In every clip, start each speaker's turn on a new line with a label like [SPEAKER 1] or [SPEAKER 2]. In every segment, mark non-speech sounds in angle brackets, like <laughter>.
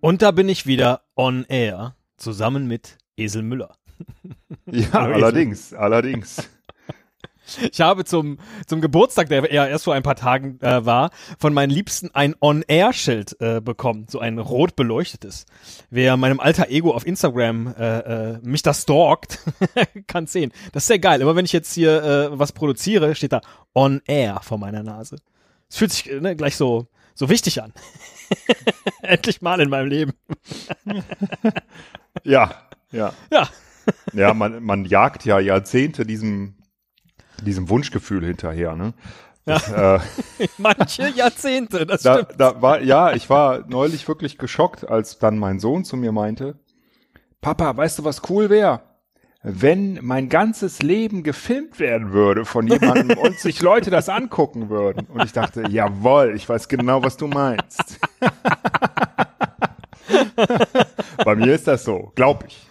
[SPEAKER 1] Und da bin ich wieder on air, zusammen mit Esel Müller.
[SPEAKER 2] Ja, allerdings, allerdings.
[SPEAKER 1] Ich habe zum, zum Geburtstag, der ja erst vor ein paar Tagen äh, war, von meinen Liebsten ein On-Air-Schild äh, bekommen, so ein rot beleuchtetes. Wer meinem alter Ego auf Instagram äh, äh, mich das stalkt, <laughs> kann sehen. Das ist sehr geil. Immer wenn ich jetzt hier äh, was produziere, steht da On-Air vor meiner Nase. Es fühlt sich äh, ne, gleich so, so wichtig an. <laughs> Endlich mal in meinem Leben.
[SPEAKER 2] Ja, ja.
[SPEAKER 1] Ja. <laughs>
[SPEAKER 2] Ja, man, man jagt ja Jahrzehnte diesem, diesem Wunschgefühl hinterher, ne? Das, äh,
[SPEAKER 1] Manche Jahrzehnte, das
[SPEAKER 2] da,
[SPEAKER 1] stimmt.
[SPEAKER 2] da war, ja, ich war neulich wirklich geschockt, als dann mein Sohn zu mir meinte, Papa, weißt du, was cool wäre? Wenn mein ganzes Leben gefilmt werden würde von jemandem und sich Leute das angucken würden. Und ich dachte, jawohl, ich weiß genau, was du meinst.
[SPEAKER 1] <laughs>
[SPEAKER 2] Bei mir ist das so, glaub ich.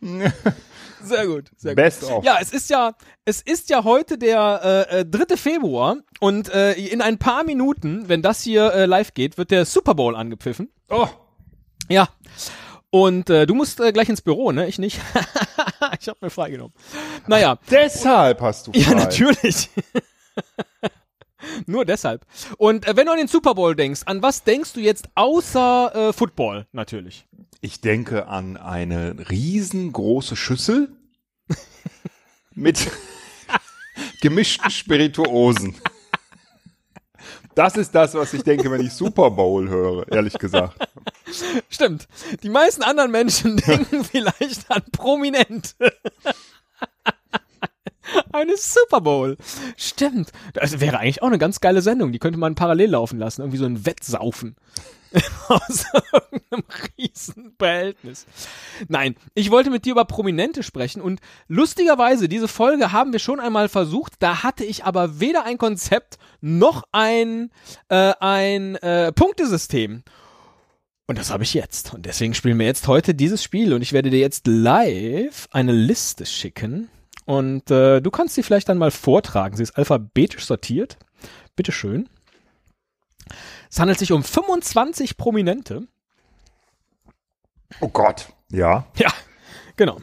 [SPEAKER 1] Sehr gut, sehr gut.
[SPEAKER 2] Best of.
[SPEAKER 1] Ja, es ist ja, es ist ja heute der äh, äh, 3. Februar und äh, in ein paar Minuten, wenn das hier äh, live geht, wird der Super Bowl angepfiffen.
[SPEAKER 2] Oh,
[SPEAKER 1] Ja. Und äh, du musst äh, gleich ins Büro, ne? Ich nicht. <laughs> ich habe mir freigenommen. Naja.
[SPEAKER 2] deshalb hast du frei.
[SPEAKER 1] Ja, natürlich. <laughs> Nur deshalb. Und äh, wenn du an den Super Bowl denkst, an was denkst du jetzt außer äh, Football natürlich?
[SPEAKER 2] Ich denke an eine riesengroße <laughs> Schüssel mit <laughs> gemischten Spirituosen. Das ist das, was ich denke, wenn ich Super Bowl höre, ehrlich gesagt.
[SPEAKER 1] Stimmt. Die meisten anderen Menschen <laughs> denken vielleicht an Prominente. <laughs> Eine Super Bowl. Stimmt. Das wäre eigentlich auch eine ganz geile Sendung. Die könnte man parallel laufen lassen. Irgendwie so ein Wettsaufen. <laughs> Aus irgendeinem Riesenbehältnis. Nein, ich wollte mit dir über Prominente sprechen und lustigerweise, diese Folge haben wir schon einmal versucht. Da hatte ich aber weder ein Konzept noch ein, äh, ein äh, Punktesystem. Und das habe ich jetzt. Und deswegen spielen wir jetzt heute dieses Spiel. Und ich werde dir jetzt live eine Liste schicken. Und äh, du kannst sie vielleicht dann mal vortragen. Sie ist alphabetisch sortiert. Bitteschön. Es handelt sich um 25 Prominente.
[SPEAKER 2] Oh Gott. Ja.
[SPEAKER 1] Ja, genau.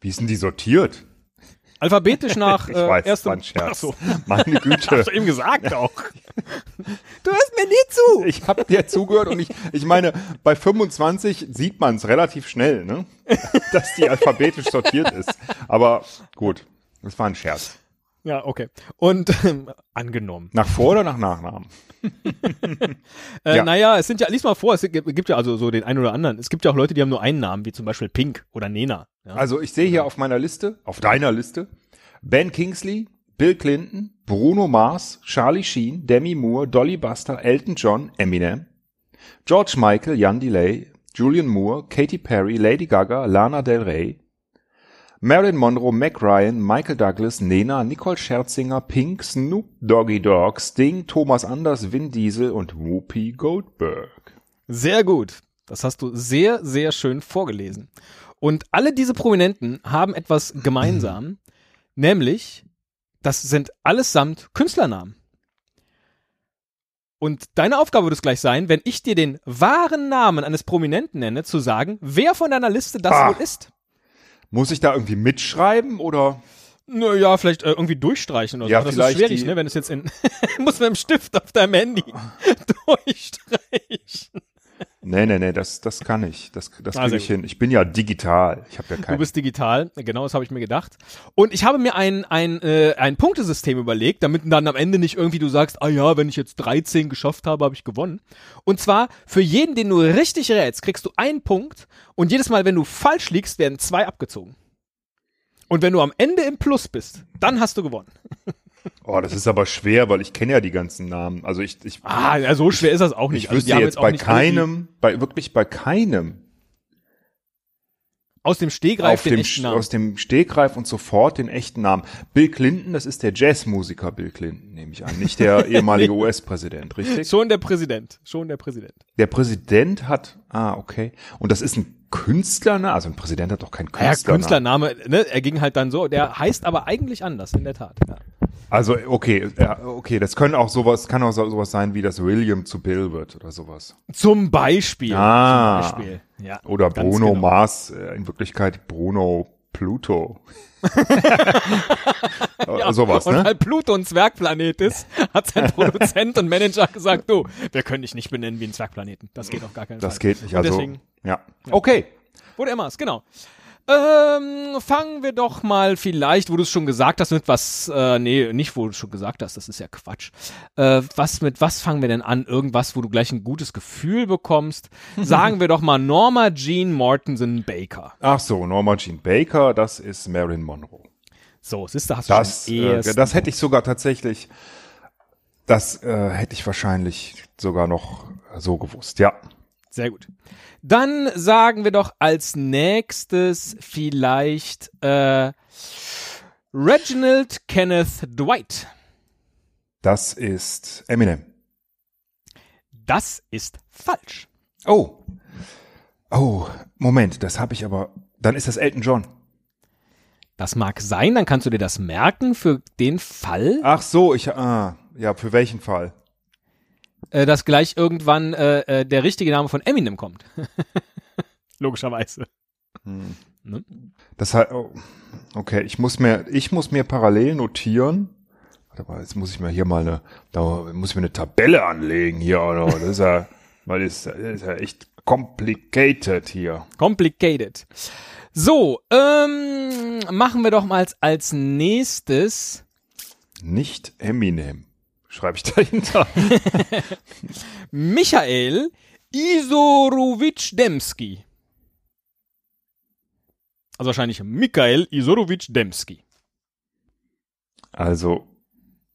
[SPEAKER 2] Wie ist denn die sortiert?
[SPEAKER 1] <laughs> Alphabetisch nach äh,
[SPEAKER 2] Ich weiß,
[SPEAKER 1] erstem.
[SPEAKER 2] war ein Scherz.
[SPEAKER 1] Achso,
[SPEAKER 2] Meine
[SPEAKER 1] <laughs>
[SPEAKER 2] Güte.
[SPEAKER 1] hast du eben gesagt auch. Du hörst mir nie zu.
[SPEAKER 2] Ich habe dir zugehört und ich, ich meine, bei 25 sieht man es relativ schnell, ne? Dass die alphabetisch sortiert ist. Aber gut, das war ein Scherz.
[SPEAKER 1] Ja, okay. Und <laughs> ähm, angenommen.
[SPEAKER 2] Nach Vor- oder nach Nachnamen?
[SPEAKER 1] Äh,
[SPEAKER 2] Ja.
[SPEAKER 1] Naja, es sind ja, lies mal vor, es gibt, gibt ja also so den einen oder anderen. Es gibt ja auch Leute, die haben nur einen Namen, wie zum Beispiel Pink oder Nena. Ja?
[SPEAKER 2] Also ich sehe hier auf meiner Liste, auf deiner Liste, Ben Kingsley, Bill Clinton, Bruno Mars, Charlie Sheen, Demi Moore, Dolly Buster, Elton John, Eminem, George Michael, Jan Delay, Julian Moore, Katy Perry, Lady Gaga, Lana Del Rey, Marilyn Monroe, Mac Ryan, Michael Douglas, Nena, Nicole Scherzinger, Pink, Snoop Doggy Dogg, Sting, Thomas Anders, Vin Diesel und Whoopi Goldberg.
[SPEAKER 1] Sehr gut. Das hast du sehr, sehr schön vorgelesen. Und alle diese Prominenten haben etwas
[SPEAKER 2] <clears throat>
[SPEAKER 1] gemeinsam, nämlich, das sind allesamt Künstlernamen. Und deine Aufgabe wird es gleich sein, wenn ich dir den wahren Namen eines Prominenten nenne, zu sagen, wer von deiner Liste das
[SPEAKER 2] Ah.
[SPEAKER 1] wohl ist.
[SPEAKER 2] Muss ich da irgendwie mitschreiben oder?
[SPEAKER 1] Naja, vielleicht äh, irgendwie durchstreichen oder
[SPEAKER 2] Ja,
[SPEAKER 1] so. Das ist
[SPEAKER 2] vielleicht
[SPEAKER 1] schwierig,
[SPEAKER 2] die-
[SPEAKER 1] ne? Wenn es jetzt in. <laughs> muss mit dem Stift auf deinem Handy <laughs> durchstreichen.
[SPEAKER 2] Nee, nee, nee, das, das kann ich. Das, das
[SPEAKER 1] Ah,
[SPEAKER 2] kriege
[SPEAKER 1] sehr
[SPEAKER 2] ich
[SPEAKER 1] gut.
[SPEAKER 2] hin. Ich bin ja digital. Ich habe ja
[SPEAKER 1] Du
[SPEAKER 2] keinen.
[SPEAKER 1] bist digital, genau, das habe ich mir gedacht. Und ich habe mir ein, ein, äh, ein Punktesystem überlegt, damit dann am Ende nicht irgendwie du sagst, ah ja, wenn ich jetzt 13 geschafft habe, habe ich gewonnen. Und zwar für jeden, den du richtig rätst, kriegst du einen Punkt und jedes Mal, wenn du falsch liegst, werden zwei abgezogen. Und wenn du am Ende im Plus bist, dann hast du gewonnen.
[SPEAKER 2] Oh, das ist aber schwer, weil ich kenne ja die ganzen Namen. Also ich, ich,
[SPEAKER 1] Ah, ja, so schwer ist das auch nicht.
[SPEAKER 2] ich
[SPEAKER 1] Also die
[SPEAKER 2] wüsste
[SPEAKER 1] haben
[SPEAKER 2] jetzt
[SPEAKER 1] auch
[SPEAKER 2] bei
[SPEAKER 1] nicht alle die-
[SPEAKER 2] keinem, bei wirklich bei keinem
[SPEAKER 1] aus dem Stegreif
[SPEAKER 2] auf
[SPEAKER 1] den
[SPEAKER 2] dem,
[SPEAKER 1] echten
[SPEAKER 2] Sch-
[SPEAKER 1] Namen.
[SPEAKER 2] aus dem Stegreif und sofort den echten Namen. Bill Clinton, das ist der Jazzmusiker Bill Clinton, nehme ich an,
[SPEAKER 1] <laughs>
[SPEAKER 2] nicht der ehemalige US-Präsident, richtig?
[SPEAKER 1] Schon der Präsident, schon der Präsident.
[SPEAKER 2] Der Präsident hat, ah, okay. Und das ist ein Künstler, ne? Also ein Präsident hat doch keinen
[SPEAKER 1] Ja,
[SPEAKER 2] Künstler.
[SPEAKER 1] Künstlername, ne? Er ging halt dann so. Der heißt aber eigentlich anders, in der Tat. Ja.
[SPEAKER 2] Also, okay, ja, okay, das können auch sowas, kann auch so- sowas sein, wie dass William zu Bill wird oder sowas.
[SPEAKER 1] Zum Beispiel.
[SPEAKER 2] Ah.
[SPEAKER 1] Zum Beispiel. Ja,
[SPEAKER 2] Oder
[SPEAKER 1] ganz
[SPEAKER 2] Bruno
[SPEAKER 1] genau.
[SPEAKER 2] Mars, äh, in Wirklichkeit Bruno
[SPEAKER 1] <laughs>
[SPEAKER 2] Pluto. Äh, sowas,
[SPEAKER 1] und halt
[SPEAKER 2] ne?
[SPEAKER 1] weil Pluto ein Zwergplanet
[SPEAKER 2] <laughs>
[SPEAKER 1] ist, hat sein Produzent und Manager gesagt, du, wir können dich nicht benennen wie ein Zwergplaneten. Das geht auf gar keinen
[SPEAKER 2] Das
[SPEAKER 1] Fall.
[SPEAKER 2] geht nicht, also.
[SPEAKER 1] deswegen-
[SPEAKER 2] Ja. Okay.
[SPEAKER 1] Wo der Mars, genau. Ähm, fangen wir doch mal vielleicht, wo du es schon gesagt hast, mit was, äh, nee, nicht wo du es schon gesagt hast, das ist ja Quatsch. Äh, was, mit was fangen wir denn an? Irgendwas, wo du gleich ein gutes Gefühl bekommst. Sagen wir doch mal Norma Jean Mortensen Baker.
[SPEAKER 2] Ach so, Norma Jean Baker, das ist Marilyn Monroe.
[SPEAKER 1] So, siehst du, hast du
[SPEAKER 2] Das,
[SPEAKER 1] schon den
[SPEAKER 2] äh,
[SPEAKER 1] ersten
[SPEAKER 2] das hätte ich sogar tatsächlich, das äh, hätte ich wahrscheinlich sogar noch so gewusst, ja.
[SPEAKER 1] Sehr gut. Dann sagen wir doch als nächstes vielleicht äh, Reginald Kenneth Dwight.
[SPEAKER 2] Das ist Eminem.
[SPEAKER 1] Das ist falsch.
[SPEAKER 2] Oh. Oh, Moment, das habe ich aber, dann ist das Elton John.
[SPEAKER 1] Das mag sein, dann kannst du dir das merken für den Fall,
[SPEAKER 2] Ach so, ich, ah, ja, für welchen Fall?
[SPEAKER 1] äh, dass gleich irgendwann äh, äh, der richtige Name von Eminem kommt. <laughs> Logischerweise. Ne?
[SPEAKER 2] Das heißt, oh, okay, ich muss mir, ich muss mir parallel notieren. Warte mal, jetzt muss ich mir hier mal eine, da muss ich mir eine Tabelle anlegen hier, oder? Das ist ja, <laughs> weil das ist, das ist ja echt complicated hier.
[SPEAKER 1] Complicated. So, ähm, machen wir doch mal als, als nächstes.
[SPEAKER 2] Nicht Eminem. Schreibe ich <laughs> dahinter.
[SPEAKER 1] Michael Isorowitsch Demski. Also wahrscheinlich Michael Isorowitsch Demski.
[SPEAKER 2] Also,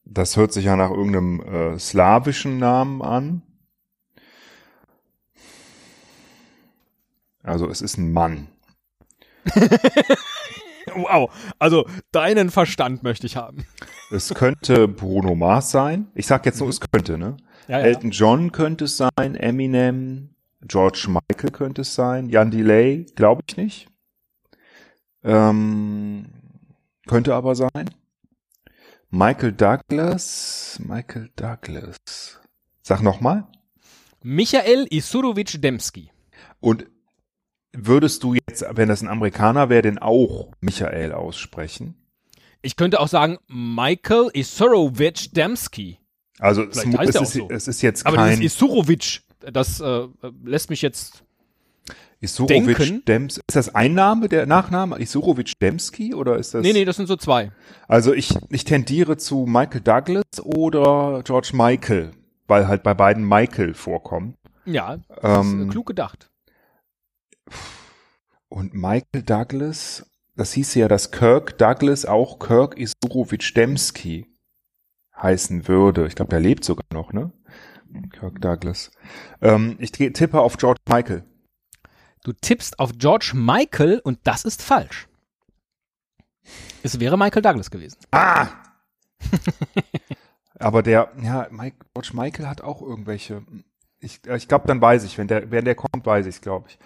[SPEAKER 2] das hört sich ja nach irgendeinem äh, slawischen Namen an. Also, es ist ein Mann.
[SPEAKER 1] Wow, also deinen Verstand möchte ich haben.
[SPEAKER 2] Es könnte Bruno Mars sein. Ich sag jetzt nur, es könnte, ne?
[SPEAKER 1] Ja, ja.
[SPEAKER 2] Elton John könnte es sein, Eminem, George Michael könnte es sein, Jan Delay, glaube ich nicht. Ähm, könnte aber sein. Michael Douglas, Michael Douglas. Sag nochmal.
[SPEAKER 1] Michael Isorowitsch Demski.
[SPEAKER 2] Und würdest du jetzt, wenn das ein Amerikaner wäre, den auch Michael aussprechen?
[SPEAKER 1] Ich könnte auch sagen Michael Isorowitsch Demski.
[SPEAKER 2] Also es,
[SPEAKER 1] Vielleicht
[SPEAKER 2] mu-
[SPEAKER 1] heißt
[SPEAKER 2] es,
[SPEAKER 1] er auch
[SPEAKER 2] ist,
[SPEAKER 1] so.
[SPEAKER 2] es ist jetzt
[SPEAKER 1] Aber
[SPEAKER 2] kein
[SPEAKER 1] dieses Isorowitsch, das äh, lässt mich jetzt.
[SPEAKER 2] Isurowitsch
[SPEAKER 1] denken.
[SPEAKER 2] Dems. Ist das ein Name, der Nachname? Isurowitsch Demski oder ist das?
[SPEAKER 1] Nee, nee, das sind so zwei.
[SPEAKER 2] Also ich, ich tendiere zu Michael Douglas oder George Michael, weil halt bei beiden Michael vorkommen.
[SPEAKER 1] Ja, das ist,
[SPEAKER 2] Ähm,
[SPEAKER 1] äh, klug gedacht.
[SPEAKER 2] Und Michael Douglas, das hieß ja, dass Kirk Douglas auch Kirk Isurowitsch Dembski heißen würde. Ich glaube, der lebt sogar noch, ne? Kirk Douglas. Ähm, ich geh- tippe auf George Michael.
[SPEAKER 1] Du tippst auf George Michael und das ist falsch. Es wäre Michael Douglas gewesen.
[SPEAKER 2] Ah! Aber der, ja, Mike, George Michael hat auch irgendwelche. Ich, äh, ich glaube, dann weiß ich, wenn der, wenn der kommt, weiß ich, glaube ich.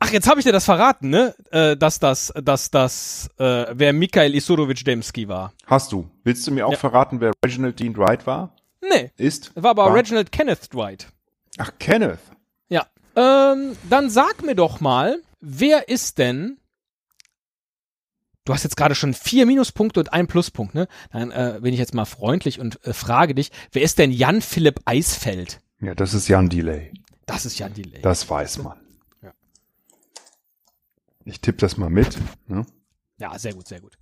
[SPEAKER 1] Ach, jetzt habe ich dir das verraten, ne? Äh, dass das, dass das, äh, wer Mikhail Isurowitsch Demski war.
[SPEAKER 2] Hast du? Willst du mir auch
[SPEAKER 1] Ja.
[SPEAKER 2] verraten, wer Reginald Dean Wright war?
[SPEAKER 1] Nee,
[SPEAKER 2] Ist?
[SPEAKER 1] war aber Reginald Kenneth Dwight.
[SPEAKER 2] Ach, Kenneth.
[SPEAKER 1] Ja. Ähm, dann sag mir doch mal, wer ist denn. Du hast jetzt gerade schon vier Minuspunkte und einen Pluspunkt, ne? Dann äh, bin ich jetzt mal freundlich und äh, frage dich, wer ist denn Jan Philipp Eisfeld?
[SPEAKER 2] Ja, das ist Jan Delay.
[SPEAKER 1] Das ist Jan Delay.
[SPEAKER 2] Das weiß man.
[SPEAKER 1] Ja.
[SPEAKER 2] Ich tippe das mal mit. Ne?
[SPEAKER 1] Ja, sehr gut, sehr gut.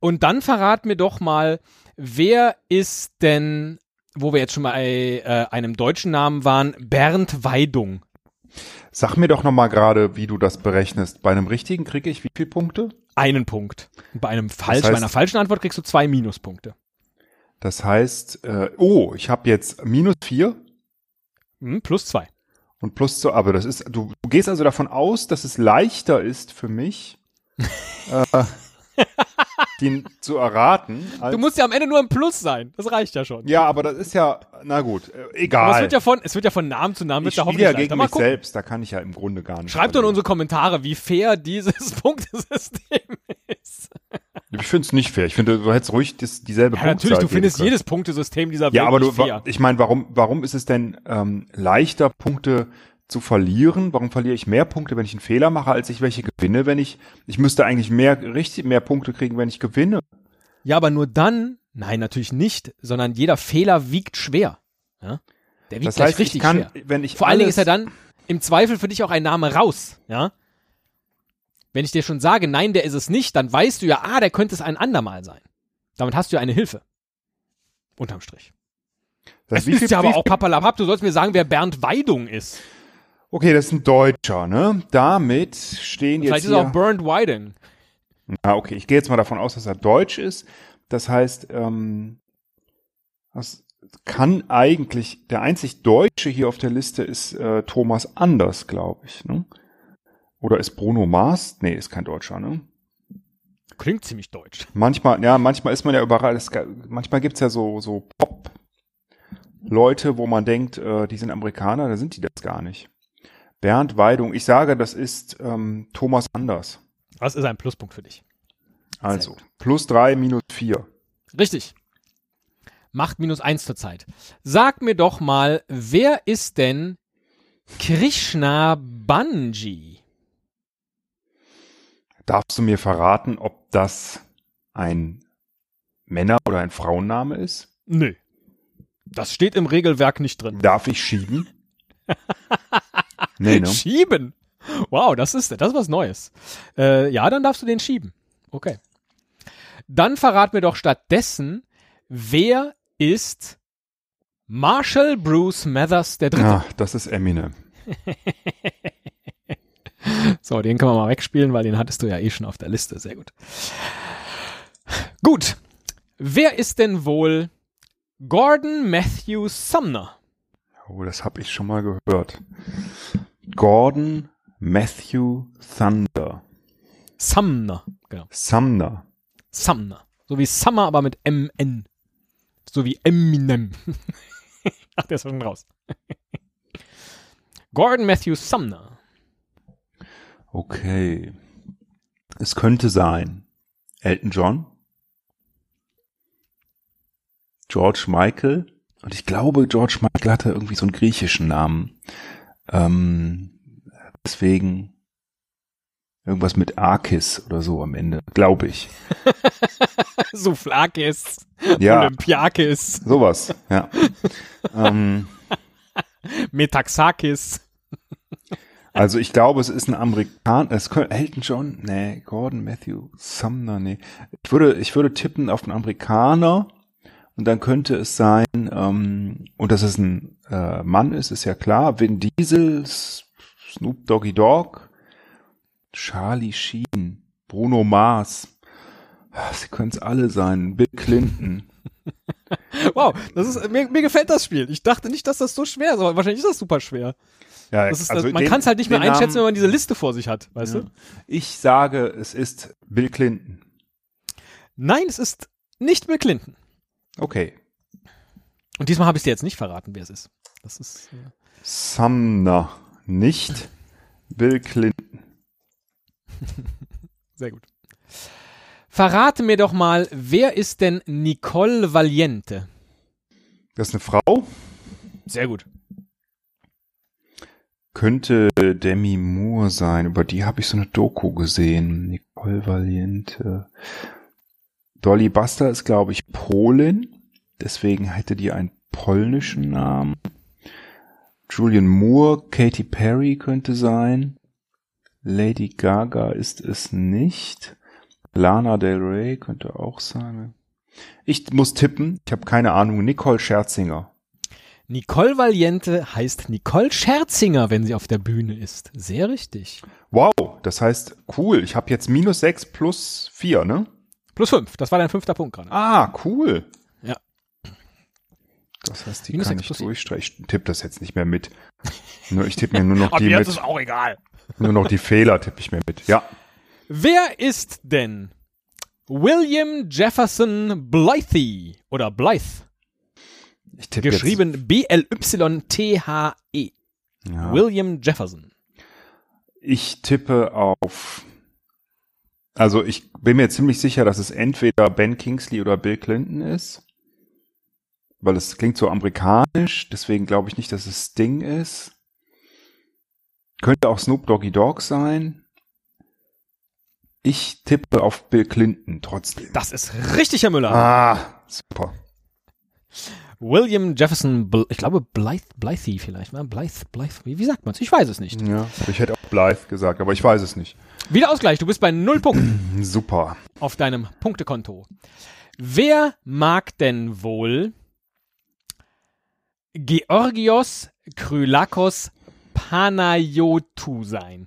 [SPEAKER 1] Und dann verrat mir doch mal, wer ist denn, wo wir jetzt schon mal bei äh, einem deutschen Namen waren, Bernd Weidung.
[SPEAKER 2] Sag mir doch nochmal gerade, wie du das berechnest. Bei einem richtigen kriege ich wie viele Punkte?
[SPEAKER 1] Einen Punkt. Und bei einem falsch,
[SPEAKER 2] heißt-
[SPEAKER 1] bei einer falschen Antwort kriegst du zwei Minuspunkte.
[SPEAKER 2] Das heißt, äh, oh, ich habe jetzt minus vier
[SPEAKER 1] Hm, plus zwei.
[SPEAKER 2] Und plus so, aber das ist, du, du gehst also davon aus, dass es leichter ist
[SPEAKER 1] <laughs>
[SPEAKER 2] für mich, äh, den zu erraten. Als,
[SPEAKER 1] Du musst ja am Ende nur ein Plus sein. Das reicht ja schon.
[SPEAKER 2] ja, aber das ist ja, na gut, äh,
[SPEAKER 1] Aber es
[SPEAKER 2] egal.
[SPEAKER 1] wird ja von, es wird ja von Namen zu Namen,
[SPEAKER 2] ich
[SPEAKER 1] wird ja
[SPEAKER 2] spiele
[SPEAKER 1] hoffentlich
[SPEAKER 2] ja
[SPEAKER 1] leichter.
[SPEAKER 2] gegen
[SPEAKER 1] Mal
[SPEAKER 2] mich
[SPEAKER 1] gucken.
[SPEAKER 2] selbst, da kann ich ja im Grunde gar nicht.
[SPEAKER 1] Schreibt doch in <laughs>
[SPEAKER 2] verlieren.
[SPEAKER 1] unsere Kommentare, wie fair dieses Punktesystem ist.
[SPEAKER 2] Ich finde es nicht fair. Ich finde, du hättest ruhig das, dieselbe
[SPEAKER 1] Ja, natürlich,
[SPEAKER 2] Punktzahl
[SPEAKER 1] du
[SPEAKER 2] geben
[SPEAKER 1] findest
[SPEAKER 2] können.
[SPEAKER 1] jedes Punktesystem dieser Welt
[SPEAKER 2] halt Ja, aber
[SPEAKER 1] nicht
[SPEAKER 2] du, wa-
[SPEAKER 1] fair.
[SPEAKER 2] ich meine, warum, warum ist es denn ähm, leichter, Punkte zu verlieren? Warum verliere ich mehr Punkte, wenn ich einen Fehler mache, als ich welche gewinne, wenn ich, ich müsste eigentlich mehr, richtig mehr Punkte kriegen, wenn ich gewinne.
[SPEAKER 1] Ja, aber nur dann, nein, natürlich nicht, sondern jeder Fehler wiegt schwer. Ja? Der wiegt
[SPEAKER 2] Das
[SPEAKER 1] gleich
[SPEAKER 2] heißt,
[SPEAKER 1] richtig
[SPEAKER 2] ich kann,
[SPEAKER 1] schwer.
[SPEAKER 2] wenn ich
[SPEAKER 1] Vor allen Dingen
[SPEAKER 2] alles-
[SPEAKER 1] ist er dann im Zweifel für dich auch ein Name raus, ja? Wenn ich dir schon sage, nein, der ist es nicht, dann weißt du ja, ah, der könnte es ein andermal sein. Damit hast du ja eine Hilfe. Unterm Strich. <laughs>
[SPEAKER 2] das
[SPEAKER 1] Es
[SPEAKER 2] wie viel-
[SPEAKER 1] ist ja
[SPEAKER 2] wie
[SPEAKER 1] aber auch Papalapap, du sollst mir sagen, wer Bernd Weidung ist.
[SPEAKER 2] Okay, das ist ein Deutscher, ne? Damit stehen
[SPEAKER 1] Vielleicht
[SPEAKER 2] jetzt
[SPEAKER 1] ist er auch
[SPEAKER 2] hier.
[SPEAKER 1] Bernd Weiding.
[SPEAKER 2] Ah, okay, ich gehe jetzt mal davon aus, dass er Deutsch ist. Das heißt, ähm, das kann eigentlich der einzig Deutsche hier auf der Liste ist äh, Thomas Anders, glaube ich. Ne? Oder ist Bruno Mars? Nee, ist kein Deutscher. Ne?
[SPEAKER 1] Klingt ziemlich deutsch.
[SPEAKER 2] Manchmal, ja, manchmal ist man ja überall. Es, ga- manchmal gibt's ja so so Pop Leute, wo man denkt, äh, die sind Amerikaner, da sind die das gar nicht. Bernd Weidung, ich sage, das ist ähm, Thomas Anders.
[SPEAKER 1] Das ist ein Pluspunkt für dich.
[SPEAKER 2] Also plus drei minus vier.
[SPEAKER 1] Richtig. Macht minus eins zurzeit. Sag mir doch mal, wer ist denn Krishna Banji?
[SPEAKER 2] Darfst du mir verraten, ob das ein Männer- oder ein Frauenname ist?
[SPEAKER 1] Nö. Das steht im Regelwerk nicht drin.
[SPEAKER 2] Darf ich schieben?
[SPEAKER 1] <laughs>
[SPEAKER 2] nee, ne?
[SPEAKER 1] Schieben. Wow, das ist, das ist was Neues. Äh, ja, dann darfst du den schieben. Okay. Dann verrat mir doch stattdessen, wer ist Marshall Bruce Mathers der Dritte?
[SPEAKER 2] Ah, das ist Eminem.
[SPEAKER 1] So, den können wir mal wegspielen, weil den hattest du ja eh schon auf der Liste. Sehr gut. Gut. Wer ist denn wohl Gordon Matthew Sumner?
[SPEAKER 2] Oh, das habe ich schon mal gehört. Gordon Matthew Thunder.
[SPEAKER 1] Sumner, genau.
[SPEAKER 2] Sumner.
[SPEAKER 1] Sumner. So wie Summer, aber mit MN. So wie Eminem. <laughs> Ach, der ist schon raus. <laughs> Gordon Matthew Sumner. <laughs>
[SPEAKER 2] Okay. Es könnte sein. Elton John. George Michael. Und ich glaube, George Michael hatte irgendwie so einen griechischen Namen. Ähm, deswegen irgendwas mit Arkis oder so am Ende, glaube ich.
[SPEAKER 1] Souflakis.
[SPEAKER 2] Ja,
[SPEAKER 1] Olympiakis.
[SPEAKER 2] sowas. Ja. ähm,
[SPEAKER 1] Metaxakis.
[SPEAKER 2] Also ich glaube, es ist ein Amerikaner. Es könnte Elton John, nee, Gordon Matthew Sumner, nee. Ich würde, ich würde tippen auf einen Amerikaner und dann könnte es sein, ähm, und dass es ein äh, Mann ist, ist ja klar. Vin Diesel, S- Snoop Doggy Dogg, Charlie Sheen, Bruno Mars. Ah, Sie können es alle sein. Bill Clinton.
[SPEAKER 1] Wow, das ist, mir, mir gefällt das Spiel. Ich dachte nicht, dass das so schwer ist, aber wahrscheinlich ist das super schwer.
[SPEAKER 2] Ja,
[SPEAKER 1] Das ist,
[SPEAKER 2] also
[SPEAKER 1] man
[SPEAKER 2] den-
[SPEAKER 1] kann es halt nicht mehr
[SPEAKER 2] den
[SPEAKER 1] einschätzen, wenn
[SPEAKER 2] Namen-
[SPEAKER 1] man diese Liste vor sich hat, weißt du?
[SPEAKER 2] Ich sage, es ist Bill Clinton.
[SPEAKER 1] Nein, es ist nicht Bill Clinton.
[SPEAKER 2] Okay.
[SPEAKER 1] Und diesmal habe ich dir jetzt nicht verraten, wer es ist. Das ist. Äh,
[SPEAKER 2] Sumner, nicht Bill Clinton.
[SPEAKER 1] Sehr gut. Verrate mir doch mal, wer ist denn Nicole Valiente?
[SPEAKER 2] Das ist eine Frau.
[SPEAKER 1] Sehr gut.
[SPEAKER 2] Könnte Demi Moore sein. Über die habe ich so eine Doku gesehen. Nicole Valiente. Dolly Buster ist, glaube ich, Polin. Deswegen hätte die einen polnischen Namen. Julian Moore, Katy Perry könnte sein. Lady Gaga ist es nicht. Lana Del Rey könnte auch sein. Ich muss tippen. Ich habe keine Ahnung. Nicole Scherzinger.
[SPEAKER 1] Nicole Valiente heißt Nicole Scherzinger, wenn sie auf der Bühne ist. Sehr richtig.
[SPEAKER 2] Wow, das heißt, cool. Ich habe jetzt minus sechs plus vier, ne?
[SPEAKER 1] Plus fünf. Das war dein fünfter Punkt gerade.
[SPEAKER 2] Ah, cool.
[SPEAKER 1] Ja.
[SPEAKER 2] Das heißt, die
[SPEAKER 1] Minus
[SPEAKER 2] kann
[SPEAKER 1] sechs
[SPEAKER 2] ich
[SPEAKER 1] plus vier.
[SPEAKER 2] durchstreichen. Ich tippe das jetzt nicht mehr mit. Nur, ich tippe mir
[SPEAKER 1] <laughs>
[SPEAKER 2] nur noch die mit.
[SPEAKER 1] auch egal.
[SPEAKER 2] Nur noch die Fehler tippe ich mir mit. Ja.
[SPEAKER 1] Wer ist denn William Jefferson Blythe oder Blythe?
[SPEAKER 2] Ich tippe
[SPEAKER 1] Geschrieben B-L-Y-T-H-E.
[SPEAKER 2] Jetzt, ja.
[SPEAKER 1] William Jefferson.
[SPEAKER 2] Ich tippe auf Also ich bin mir ziemlich sicher, dass es entweder Ben Kingsley oder Bill Clinton ist. Weil es klingt so amerikanisch, deswegen glaube ich nicht, dass es Sting ist. Könnte auch Snoop Doggy Dogg sein. Ich tippe auf Bill Clinton trotzdem.
[SPEAKER 1] Das ist richtig, Herr Müller.
[SPEAKER 2] Ah, super.
[SPEAKER 1] William Jefferson, Bl ich glaube Blythe, Blythe vielleicht, ne? Blythe, Blythe, wie, wie sagt man's? Ich weiß es nicht.
[SPEAKER 2] Ja, ich hätte auch Blythe gesagt, aber ich weiß es nicht.
[SPEAKER 1] Wieder Ausgleich, du bist bei null Punkten <clears throat>
[SPEAKER 2] Super.
[SPEAKER 1] auf deinem Punktekonto. Wer mag denn wohl Georgios Krylakos Panayotou sein?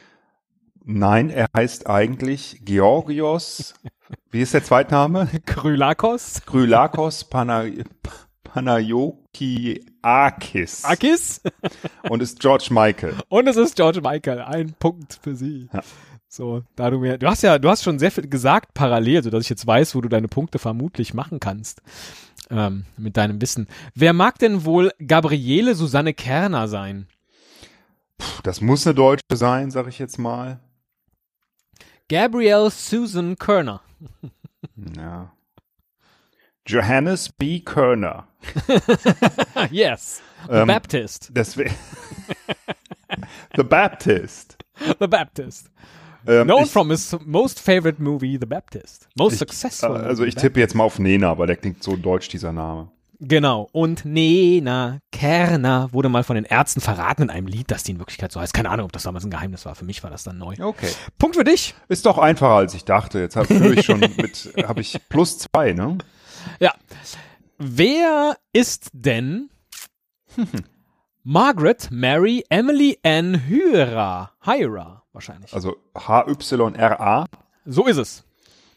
[SPEAKER 1] <laughs>
[SPEAKER 2] Nein, er heißt eigentlich Georgios. wie ist der Zweitname?
[SPEAKER 1] Krylakos?
[SPEAKER 2] Krylakos Pana- Panayokiakis.
[SPEAKER 1] Akis?
[SPEAKER 2] Und ist George Michael.
[SPEAKER 1] Und es ist George Michael. Ein Punkt für sie.
[SPEAKER 2] Ja.
[SPEAKER 1] So, da du mir, du hast ja, du hast schon sehr viel gesagt parallel, sodass ich jetzt weiß, wo du deine Punkte vermutlich machen kannst. Ähm, mit deinem Wissen. Wer mag denn wohl Gabriele Susanne Kerner sein?
[SPEAKER 2] Puh, das muss eine Deutsche sein, sag ich jetzt mal.
[SPEAKER 1] Gabrielle Susan Kerner.
[SPEAKER 2] Ja. Johannes B. Körner.
[SPEAKER 1] Ah, yes. The
[SPEAKER 2] Ähm,
[SPEAKER 1] Baptist.
[SPEAKER 2] Das wär- <laughs> The Baptist.
[SPEAKER 1] The Baptist.
[SPEAKER 2] Ähm,
[SPEAKER 1] Known
[SPEAKER 2] ich,
[SPEAKER 1] from his most favorite movie, The Baptist. Most
[SPEAKER 2] äh,
[SPEAKER 1] successful.
[SPEAKER 2] also
[SPEAKER 1] The
[SPEAKER 2] ich tippe jetzt mal auf Nena, weil der klingt so deutsch, dieser Name.
[SPEAKER 1] Genau. Und Nena Kerner wurde mal von den Ärzten verraten in einem Lied, das die in Wirklichkeit so heißt. Keine Ahnung, ob das damals ein Geheimnis war. Für mich war das dann neu.
[SPEAKER 2] Okay.
[SPEAKER 1] Punkt für dich.
[SPEAKER 2] Ist doch einfacher, als ich dachte. Jetzt habe ich schon mit, habe ich plus zwei, ne?
[SPEAKER 1] Ja. Wer ist <laughs> denn Margaret Mary Emily Ann Hyra? Hyra wahrscheinlich.
[SPEAKER 2] Also H-Y-R-A
[SPEAKER 1] So ist es.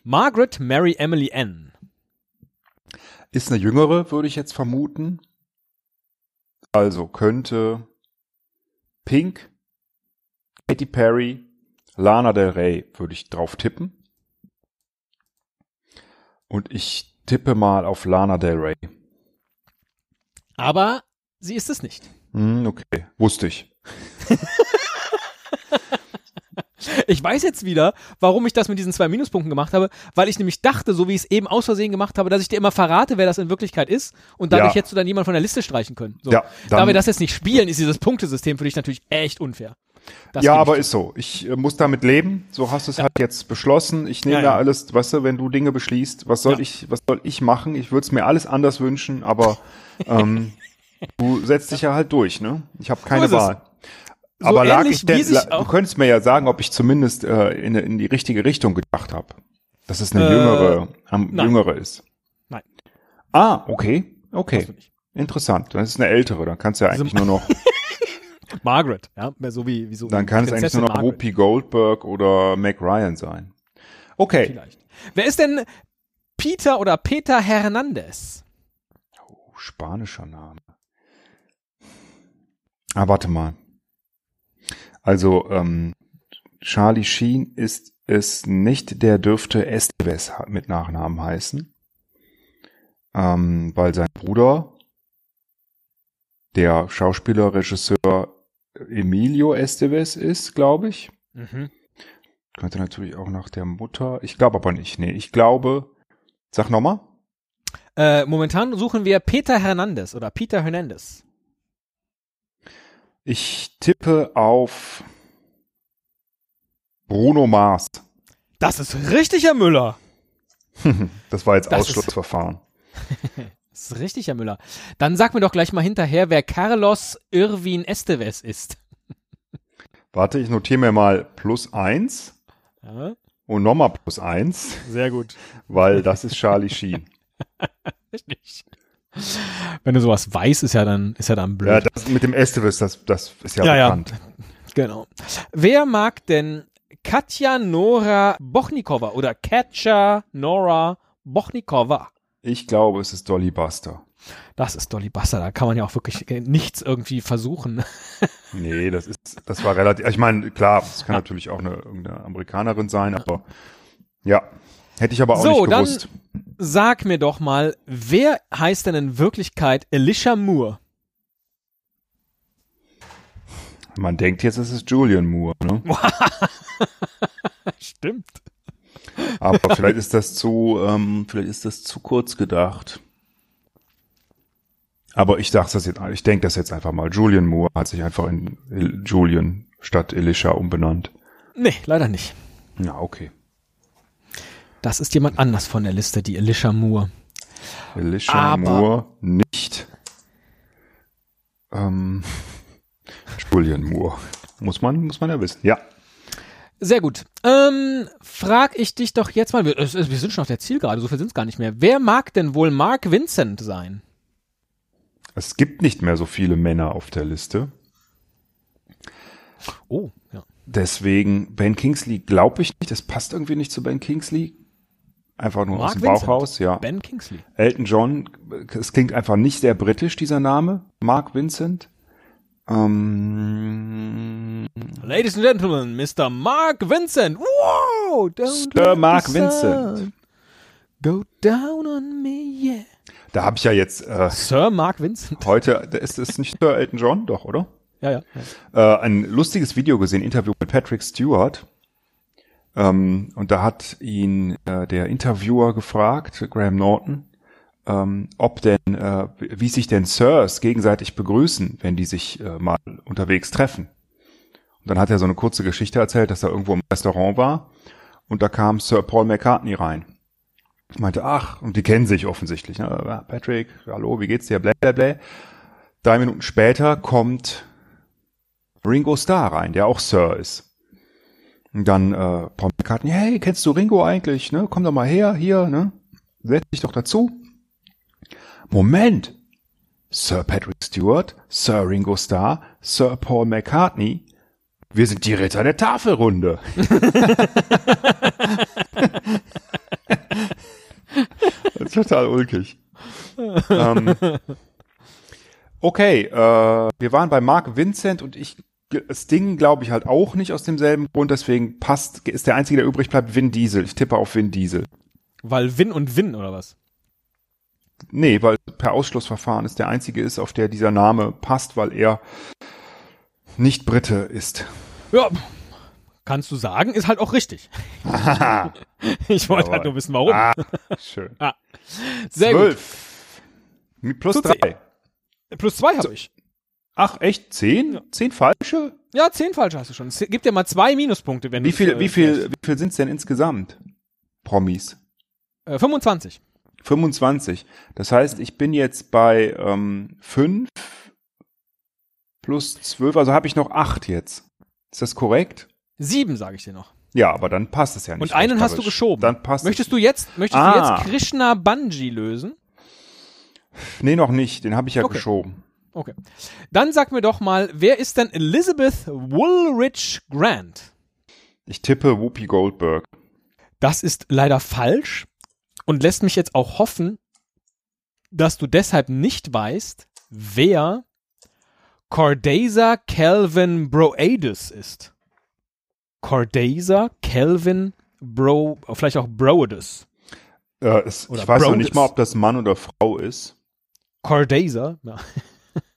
[SPEAKER 1] Margaret Mary Emily Ann.
[SPEAKER 2] ist eine jüngere, würde ich jetzt vermuten. Also könnte Pink, Katy Perry, Lana Del Rey, würde ich drauf tippen. Und ich tippe mal auf Lana Del Rey.
[SPEAKER 1] Aber sie ist es nicht.
[SPEAKER 2] Hm, okay, wusste ich.
[SPEAKER 1] Ich weiß jetzt wieder, warum ich das mit diesen zwei Minuspunkten gemacht habe, weil ich nämlich dachte, so wie ich es eben aus Versehen gemacht habe, dass ich dir immer verrate, wer das in Wirklichkeit ist und dadurch
[SPEAKER 2] Ja.
[SPEAKER 1] hättest du dann jemanden von der Liste streichen können. So.
[SPEAKER 2] Ja,
[SPEAKER 1] da
[SPEAKER 2] dann-
[SPEAKER 1] wir das jetzt nicht spielen, ist dieses Punktesystem für dich natürlich echt unfair. Das
[SPEAKER 2] ja,
[SPEAKER 1] gebe ich
[SPEAKER 2] aber
[SPEAKER 1] zu.
[SPEAKER 2] ist so. Ich äh, muss damit leben. So hast du es halt jetzt beschlossen. Ich nehme
[SPEAKER 1] Ja,
[SPEAKER 2] ja,
[SPEAKER 1] ja.
[SPEAKER 2] alles, weißt du, wenn du Dinge beschließt, was soll
[SPEAKER 1] Ja.
[SPEAKER 2] ich, was soll ich machen? Ich würde es mir alles anders wünschen, aber
[SPEAKER 1] <laughs>
[SPEAKER 2] ähm, du setzt dich ja halt durch, ne? Ich habe keine
[SPEAKER 1] ist es.
[SPEAKER 2] Wahl.
[SPEAKER 1] So
[SPEAKER 2] aber lag
[SPEAKER 1] ähnlich
[SPEAKER 2] ich denn,
[SPEAKER 1] wie sich
[SPEAKER 2] la- du
[SPEAKER 1] auch-
[SPEAKER 2] könntest mir ja sagen, ob ich zumindest äh, in, in die richtige Richtung gedacht habe. Dass es eine
[SPEAKER 1] Äh,
[SPEAKER 2] jüngere, am,
[SPEAKER 1] nein.
[SPEAKER 2] jüngere ist.
[SPEAKER 1] Nein.
[SPEAKER 2] Ah, okay. Okay.
[SPEAKER 1] Hast du nicht.
[SPEAKER 2] Interessant. Dann ist es eine ältere. Dann kannst du ja
[SPEAKER 1] Diese-
[SPEAKER 2] eigentlich nur noch
[SPEAKER 1] Margaret, ja, so wie, wie so
[SPEAKER 2] Dann kann es eigentlich
[SPEAKER 1] Prinzessin
[SPEAKER 2] nur noch
[SPEAKER 1] Margaret.
[SPEAKER 2] Whoopi Goldberg oder Mac Ryan sein. Okay.
[SPEAKER 1] Vielleicht. Wer ist denn Peter oder Peter Hernandez?
[SPEAKER 2] Oh, spanischer Name. Ah, warte mal. Also, ähm, Charlie Sheen ist es nicht, der dürfte Esteves ha- mit Nachnamen heißen. Ähm, weil sein Bruder, der Schauspieler, Regisseur Emilio Esteves ist, glaube ich. Könnte natürlich auch nach der Mutter. Ich glaube aber nicht. Nee, ich glaube. Sag nochmal.
[SPEAKER 1] Äh, momentan suchen wir Peter Hernandez oder Peter Hernandez.
[SPEAKER 2] Ich tippe auf Bruno Mars. <laughs>
[SPEAKER 1] Das ist richtig, Herr Müller.
[SPEAKER 2] Das war jetzt
[SPEAKER 1] Das ist-
[SPEAKER 2] Ausschlussverfahren.
[SPEAKER 1] Das ist richtig, Herr Müller. Dann sag mir doch gleich mal hinterher, wer Carlos Irwin Esteves ist.
[SPEAKER 2] Warte, ich notiere mir mal plus eins
[SPEAKER 1] Ja,
[SPEAKER 2] und nochmal plus eins,
[SPEAKER 1] sehr gut.
[SPEAKER 2] weil das ist Charlie
[SPEAKER 1] <laughs>
[SPEAKER 2] Sheen.
[SPEAKER 1] Richtig. Wenn du sowas weißt, ist ja dann, ist ja dann blöd.
[SPEAKER 2] ja, das mit dem Esteves, das, das ist ja,
[SPEAKER 1] Ja, ja.
[SPEAKER 2] bekannt.
[SPEAKER 1] Genau. Wer mag denn Katja Nora Bochnikova oder Katja Nora Bochnikova?
[SPEAKER 2] Ich glaube, es ist Dolly Buster.
[SPEAKER 1] Das ist Dolly Buster, da kann man ja auch wirklich äh, nichts irgendwie versuchen.
[SPEAKER 2] Nee, das ist, das war relativ. Ich meine, klar, es kann natürlich auch eine, irgendeine Amerikanerin sein, aber ja. Hätte ich aber auch
[SPEAKER 1] So,
[SPEAKER 2] nicht
[SPEAKER 1] dann-
[SPEAKER 2] gewusst.
[SPEAKER 1] Sag mir doch mal, wer heißt denn in Wirklichkeit Elisha Moore?
[SPEAKER 2] <laughs> Man denkt jetzt, es ist Julian Moore, ne?
[SPEAKER 1] Stimmt.
[SPEAKER 2] Aber vielleicht ist das zu, ähm, vielleicht ist das zu kurz gedacht. Aber ich dachte das jetzt, ich denke das jetzt einfach mal. Julian Moore hat sich einfach in Il- Julian statt Elisha umbenannt.
[SPEAKER 1] Nee, leider nicht.
[SPEAKER 2] Ja, okay.
[SPEAKER 1] Das ist jemand anders von der Liste, die Alicia Moore.
[SPEAKER 2] Elisha
[SPEAKER 1] Aber-
[SPEAKER 2] Moore nicht. Ähm, Julian Moore. Muss man, muss man ja wissen. Ja.
[SPEAKER 1] Sehr gut. Ähm, frag ich dich doch jetzt mal, wir, es- es- wir sind schon auf der Zielgerade, so viel sind es gar nicht mehr. Wer mag denn wohl Mark Vincent sein?
[SPEAKER 2] Es gibt nicht mehr so viele Männer auf der Liste.
[SPEAKER 1] Oh, ja.
[SPEAKER 2] Deswegen, Ben Kingsley glaube ich nicht. Das passt irgendwie nicht zu Ben Kingsley. Einfach nur aus
[SPEAKER 1] Mark
[SPEAKER 2] dem
[SPEAKER 1] Vincent.
[SPEAKER 2] Bauch raus, ja.
[SPEAKER 1] Ben Kingsley.
[SPEAKER 2] Elton John, es klingt einfach nicht sehr britisch, dieser Name. Mark Vincent. Ähm,
[SPEAKER 1] Ladies and Gentlemen, Mr. Mark Vincent. Wow! Don't
[SPEAKER 2] Sir
[SPEAKER 1] let
[SPEAKER 2] Mark
[SPEAKER 1] the
[SPEAKER 2] Vincent.
[SPEAKER 1] sun Go down on me, yeah.
[SPEAKER 2] da habe ich ja jetzt äh,
[SPEAKER 1] Sir Mark Vincent.
[SPEAKER 2] heute, ist es nicht Sir Elton John, doch, oder?
[SPEAKER 1] Ja, ja.
[SPEAKER 2] äh, ein lustiges Video gesehen, Interview mit Patrick Stewart. Ähm, und da hat ihn äh, der Interviewer gefragt, Graham Norton, ähm, ob denn, äh, wie sich denn Sirs gegenseitig begrüßen, wenn die sich äh, mal unterwegs treffen. Und dann hat er so eine kurze Geschichte erzählt, dass er irgendwo im Restaurant war und da kam Sir Paul McCartney rein. Ich meinte, ach, und die kennen sich offensichtlich. Ne? Patrick, hallo, wie geht's dir? Blä, blä, blä. Drei Minuten später kommt Ringo Starr rein, der auch Sir ist. Und dann äh, Paul McCartney, hey, kennst du Ringo eigentlich? Ne? Komm doch mal her, hier, ne? Setz dich doch dazu. Moment! Sir Patrick Stewart, Sir Ringo Starr, Sir Paul McCartney, wir sind die Ritter der Tafelrunde. das ist total ulkig. ähm, Okay, äh, wir waren bei Mark Vincent und ich Sting glaube ich halt auch nicht aus demselben Grund, deswegen passt, ist der einzige, der übrig bleibt, Vin Diesel. Ich tippe auf Vin Diesel.
[SPEAKER 1] Weil Win und Win, oder was?
[SPEAKER 2] Nee, weil per Ausschlussverfahren ist der einzige ist, auf der dieser Name passt, weil er nicht Brite ist.
[SPEAKER 1] Ja, kannst du sagen, ist halt auch richtig. <laughs> ich wollte halt
[SPEAKER 2] Jawohl.
[SPEAKER 1] nur wissen, warum.
[SPEAKER 2] Ah, schön.
[SPEAKER 1] Sehr
[SPEAKER 2] Zwölf. Mit plus
[SPEAKER 1] Zu
[SPEAKER 2] drei.
[SPEAKER 1] gut. Plus zwei habe ich.
[SPEAKER 2] Ach, echt? Zehn? Zehn falsche?
[SPEAKER 1] Ja, zehn falsch hast du schon. Es gibt ja mal zwei Minuspunkte, wenn
[SPEAKER 2] Wie
[SPEAKER 1] du-
[SPEAKER 2] viel,
[SPEAKER 1] äh,
[SPEAKER 2] wie viel, wie viel sind's denn insgesamt? Promis.
[SPEAKER 1] Äh, 25.
[SPEAKER 2] 25. Das heißt, ich bin jetzt bei ähm, 5 plus 12, also habe ich noch 8 jetzt. Ist das korrekt?
[SPEAKER 1] Sieben, sage ich dir noch.
[SPEAKER 2] Ja, aber dann passt es ja nicht.
[SPEAKER 1] Und einen hast du
[SPEAKER 2] rechnerisch.
[SPEAKER 1] geschoben.
[SPEAKER 2] Dann passt
[SPEAKER 1] Möchtest du jetzt, möchtest
[SPEAKER 2] Ah.
[SPEAKER 1] du jetzt Krishna Banji lösen?
[SPEAKER 2] es. Nee, noch nicht. Den habe ich ja
[SPEAKER 1] Okay.
[SPEAKER 2] geschoben.
[SPEAKER 1] Okay. Dann sag mir doch mal, wer ist denn Elizabeth Woolridge Grant?
[SPEAKER 2] Ich tippe Whoopi Goldberg.
[SPEAKER 1] Das ist leider falsch und lässt mich jetzt auch hoffen, dass du deshalb nicht weißt, wer Cordesa Calvin Broades ist. Cordesa Calvin Bro, vielleicht auch Broades.
[SPEAKER 2] Äh, es,
[SPEAKER 1] Oder
[SPEAKER 2] ich weiß noch
[SPEAKER 1] Brodus.
[SPEAKER 2] nicht mal, ob das Mann oder Frau ist.
[SPEAKER 1] Cordesa, ja.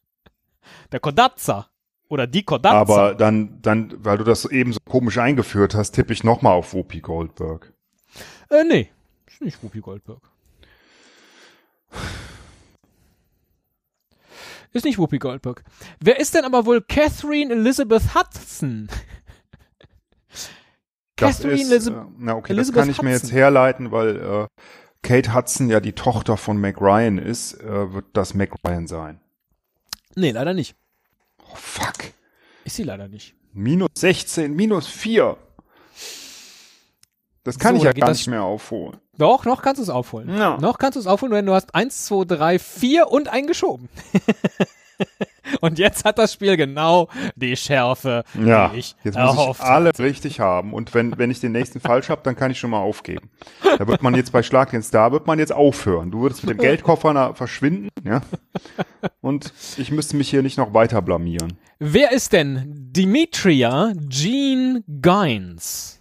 [SPEAKER 1] <laughs> der Kodatza oder die Kodatza.
[SPEAKER 2] Aber dann, dann, weil du das eben so komisch eingeführt hast, tippe ich nochmal auf Whoopi Goldberg.
[SPEAKER 1] Äh, nee, ist nicht Whoopi Goldberg. Ist nicht Whoopi Goldberg. Wer ist denn aber wohl Catherine Elizabeth Hudson?
[SPEAKER 2] Das
[SPEAKER 1] Catherine
[SPEAKER 2] ist,
[SPEAKER 1] Eliz-
[SPEAKER 2] äh, na okay,
[SPEAKER 1] Elizabeth
[SPEAKER 2] das kann ich mir
[SPEAKER 1] Hudson.
[SPEAKER 2] jetzt herleiten, weil äh, Kate Hudson ja die Tochter von Mac Ryan ist, äh, wird das Mac Ryan sein.
[SPEAKER 1] Nee, leider nicht.
[SPEAKER 2] Oh, fuck.
[SPEAKER 1] Ist sie leider nicht.
[SPEAKER 2] Minus 16, minus 4. Das kann
[SPEAKER 1] So,
[SPEAKER 2] ich ja
[SPEAKER 1] dann geht
[SPEAKER 2] gar
[SPEAKER 1] das-
[SPEAKER 2] nicht mehr aufholen.
[SPEAKER 1] Doch, noch kannst du es aufholen.
[SPEAKER 2] Ja.
[SPEAKER 1] Noch kannst du es aufholen, denn du hast 1, 2, 3, 4 und einen geschoben. <laughs> und jetzt hat das Spiel genau die Schärfe,
[SPEAKER 2] Ja,
[SPEAKER 1] die ich
[SPEAKER 2] jetzt muss
[SPEAKER 1] erhofft
[SPEAKER 2] ich alle richtig haben. Und wenn, wenn ich den nächsten falsch habe, dann kann ich schon mal aufgeben. Da wird man jetzt bei Schlag den Star, wird man jetzt aufhören. Du würdest
[SPEAKER 1] <laughs>
[SPEAKER 2] mit dem Geldkoffer na, verschwinden, ja. Und ich müsste mich hier nicht noch weiter blamieren.
[SPEAKER 1] Wer ist denn Dimitria Jean Gynes?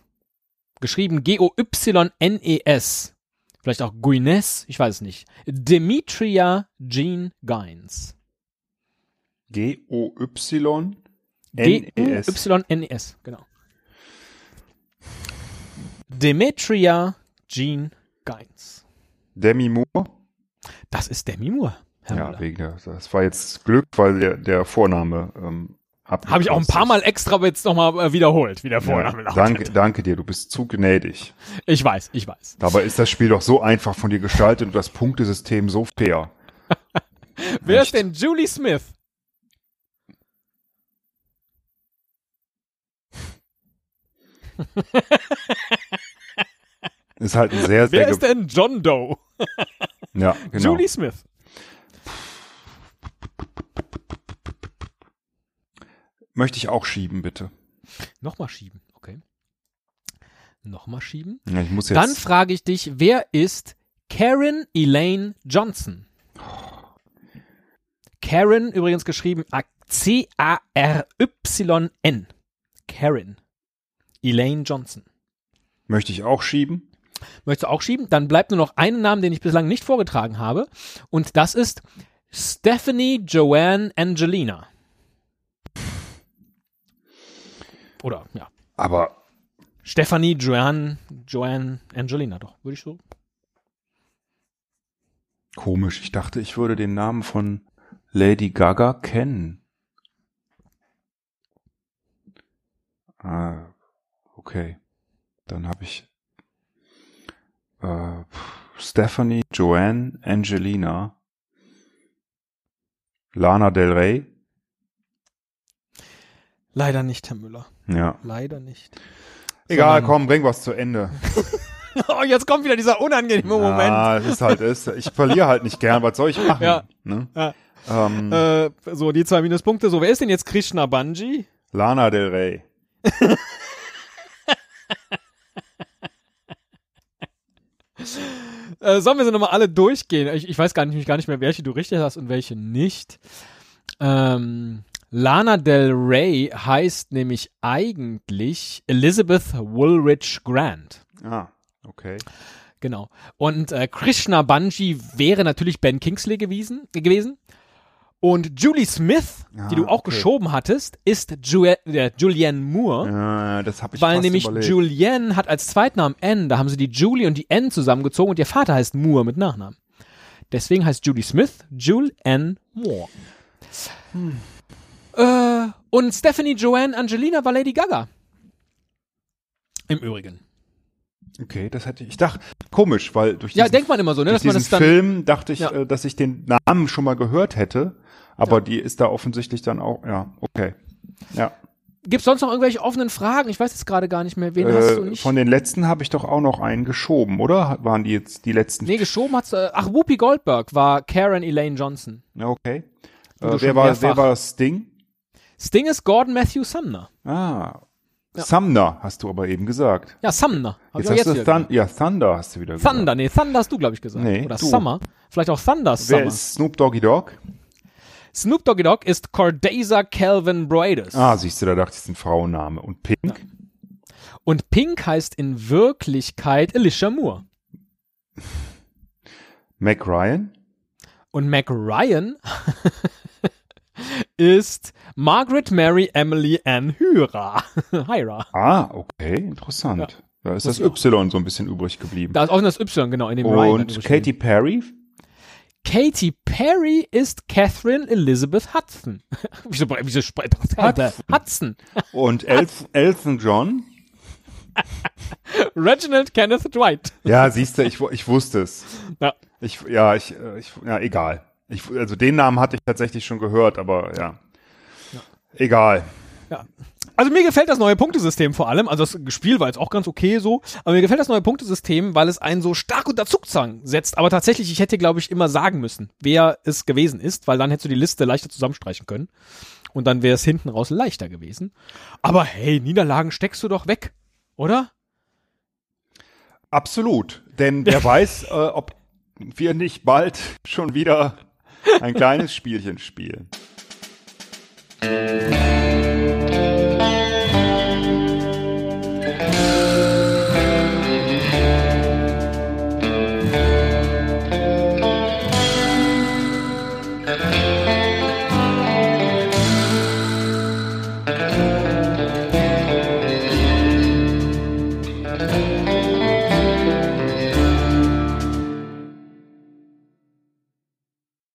[SPEAKER 1] Geschrieben G-O-Y-N-E-S. E Vielleicht auch Guines, ich weiß es nicht. Dimitria Jean Gynes.
[SPEAKER 2] G-O-Y E
[SPEAKER 1] E
[SPEAKER 2] N-E-S.
[SPEAKER 1] G-U-Y-N-E-S, genau. Demetria Gene Geins.
[SPEAKER 2] Demi Moore.
[SPEAKER 1] Das ist Demi Moore, Herr
[SPEAKER 2] Ja,
[SPEAKER 1] Müller.
[SPEAKER 2] wegen der, das war jetzt Glück, weil der, der Vorname ähm,
[SPEAKER 1] Habe ich auch ein paar Mal extra aber jetzt nochmal äh, wiederholt, wie der Vorname
[SPEAKER 2] ja,
[SPEAKER 1] lautet.
[SPEAKER 2] danke, danke dir, du bist zu gnädig.
[SPEAKER 1] Ich weiß, ich weiß.
[SPEAKER 2] Dabei ist das Spiel doch so einfach von dir gestaltet und das Punktesystem so fair.
[SPEAKER 1] <laughs> Wer ist denn Julie Smith?
[SPEAKER 2] Ist halt ein sehr, sehr
[SPEAKER 1] Wer ist
[SPEAKER 2] ge-
[SPEAKER 1] denn John Doe?
[SPEAKER 2] Ja, genau.
[SPEAKER 1] Julie Smith.
[SPEAKER 2] Möchte ich auch schieben, bitte.
[SPEAKER 1] Nochmal schieben, okay. Nochmal schieben.
[SPEAKER 2] Ja, ich muss jetzt.
[SPEAKER 1] Dann frage ich dich, wer ist Karen Elaine Johnson? Karen, übrigens geschrieben A- C-A-R-Y-N. Karen. Elaine Johnson.
[SPEAKER 2] möchte ich auch schieben?
[SPEAKER 1] Möchtest du auch schieben? Dann bleibt nur noch einen Namen, den ich bislang nicht vorgetragen habe. Und das ist Stephanie Joanne Angelina. Oder, ja.
[SPEAKER 2] Aber
[SPEAKER 1] Stephanie Joanne, Joanne Angelina, doch, würde ich so
[SPEAKER 2] komisch, ich dachte, ich würde den Namen von Lady Gaga kennen. Ah, okay. Dann habe ich äh, Stephanie, Joanne, Angelina, Lana Del Rey.
[SPEAKER 1] Leider nicht, Herr Müller.
[SPEAKER 2] Ja.
[SPEAKER 1] Leider nicht.
[SPEAKER 2] Egal,
[SPEAKER 1] Sondern-
[SPEAKER 2] komm, bring was zu Ende.
[SPEAKER 1] <laughs> Oh, jetzt kommt wieder dieser unangenehme Moment.
[SPEAKER 2] Ah, es ist halt, es, ich verliere halt nicht gern, was soll ich machen?
[SPEAKER 1] Ja.
[SPEAKER 2] Ne?
[SPEAKER 1] Ja.
[SPEAKER 2] Ähm,
[SPEAKER 1] Äh, so, die zwei Minuspunkte. So, wer ist denn jetzt Krishna Banji?
[SPEAKER 2] Lana Del Rey.
[SPEAKER 1] Äh, sollen wir sie nochmal alle durchgehen? Ich, ich weiß gar nicht, gar nicht mehr, welche du richtig hast und welche nicht. Ähm, Lana Del Rey heißt nämlich eigentlich Elizabeth Woolridge Grant.
[SPEAKER 2] Ah, okay.
[SPEAKER 1] Genau. Und äh, Krishna Banji wäre natürlich Ben Kingsley gewesen. gewesen. Und Julie Smith, die
[SPEAKER 2] Ah,
[SPEAKER 1] du auch
[SPEAKER 2] okay.
[SPEAKER 1] geschoben hattest, ist Ju äh, Julianne Moore.
[SPEAKER 2] Äh, das habe ich
[SPEAKER 1] Weil
[SPEAKER 2] fast
[SPEAKER 1] nämlich
[SPEAKER 2] überlegt.
[SPEAKER 1] Julianne hat als Zweitnamen N, da haben sie die Julie und die N zusammengezogen und ihr Vater heißt Moore mit Nachnamen. Deswegen heißt Julie Smith Jule N. Moore.
[SPEAKER 2] Hm.
[SPEAKER 1] Äh, und Stephanie Joanne Angelina war Lady Gaga. Im Übrigen.
[SPEAKER 2] Okay, das hätte ich. Ich dachte, komisch, weil durch
[SPEAKER 1] Ja,
[SPEAKER 2] diesen,
[SPEAKER 1] denkt man immer so, ne, dass
[SPEAKER 2] durch
[SPEAKER 1] man
[SPEAKER 2] diesen
[SPEAKER 1] das dann.
[SPEAKER 2] Film dachte ich,
[SPEAKER 1] Ja.
[SPEAKER 2] äh, dass ich den Namen schon mal gehört hätte, aber die ist da offensichtlich dann auch. Ja, okay. Ja.
[SPEAKER 1] Gibt's sonst noch irgendwelche offenen Fragen? Ich weiß jetzt gerade gar nicht mehr. Wen hast du
[SPEAKER 2] Äh,
[SPEAKER 1] nicht?
[SPEAKER 2] von den letzten habe ich doch auch noch einen geschoben, oder? Waren die jetzt die letzten?
[SPEAKER 1] nee, geschoben hat's. Äh, ach, Whoopi Goldberg war Karen Elaine Johnson.
[SPEAKER 2] Ja, Okay.
[SPEAKER 1] Wo du
[SPEAKER 2] Äh,
[SPEAKER 1] schon
[SPEAKER 2] wer, war,
[SPEAKER 1] mehrfach-
[SPEAKER 2] wer war das Ding?
[SPEAKER 1] Sting ist Gordon Matthew Sumner.
[SPEAKER 2] Ah. Sumner hast du aber eben gesagt.
[SPEAKER 1] Ja, Sumner. Hab ich
[SPEAKER 2] Jetzt
[SPEAKER 1] auch
[SPEAKER 2] hast du
[SPEAKER 1] wieder
[SPEAKER 2] Thun ja, Thunder hast du wieder
[SPEAKER 1] Thunder, nee, Thunder hast du, glaube ich, gesagt.
[SPEAKER 2] Nee,
[SPEAKER 1] Oder
[SPEAKER 2] du.
[SPEAKER 1] Summer. Vielleicht auch Thunders
[SPEAKER 2] gesagt. Wer
[SPEAKER 1] Summer.
[SPEAKER 2] ist Snoop Doggy Dogg?
[SPEAKER 1] Snoop Doggy Dogg ist Cordesa Calvin Broides.
[SPEAKER 2] Ah, siehst du, da dachte ich, das ist ein Frauenname. Und Pink?
[SPEAKER 1] Und Pink heißt in Wirklichkeit Alicia Moore.
[SPEAKER 2] Mac Ryan?
[SPEAKER 1] Und Mac Ryan <laughs> ist Margaret Mary Emily Ann <laughs> Hyra. Hyra.
[SPEAKER 2] Ah, okay, interessant. Da ist das Y so ein bisschen übrig geblieben.
[SPEAKER 1] Da ist auch noch das Y, genau, in dem Ryan. hat
[SPEAKER 2] Und
[SPEAKER 1] übrigens
[SPEAKER 2] Katy Perry?
[SPEAKER 1] Katy Perry ist Catherine Elizabeth Hudson. <laughs> wieso wieso spricht Hudson?
[SPEAKER 2] Und Elf Elton John?
[SPEAKER 1] Reginald Kenneth Dwight.
[SPEAKER 2] Ja, siehst du, ich, wu- ich wusste es.
[SPEAKER 1] Ja.
[SPEAKER 2] Ich, ja, ich, äh, ich, ja, egal. Ich, also den Namen hatte ich tatsächlich schon gehört, aber ja. Egal.
[SPEAKER 1] Ja. Also mir gefällt das neue Punktesystem vor allem. Also das Spiel war jetzt auch ganz okay so, aber mir gefällt das neue Punktesystem, weil es einen so stark unter Zugzwang setzt. Aber tatsächlich, ich hätte, glaube ich, immer sagen müssen, wer es gewesen ist, weil dann hättest du die Liste leichter zusammenstreichen können. Und dann wäre es hinten raus leichter gewesen. Aber hey, Niederlagen steckst du doch weg, oder?
[SPEAKER 2] Absolut. Denn wer weiß, äh, ob wir nicht bald schon wieder ein kleines Spielchen spielen.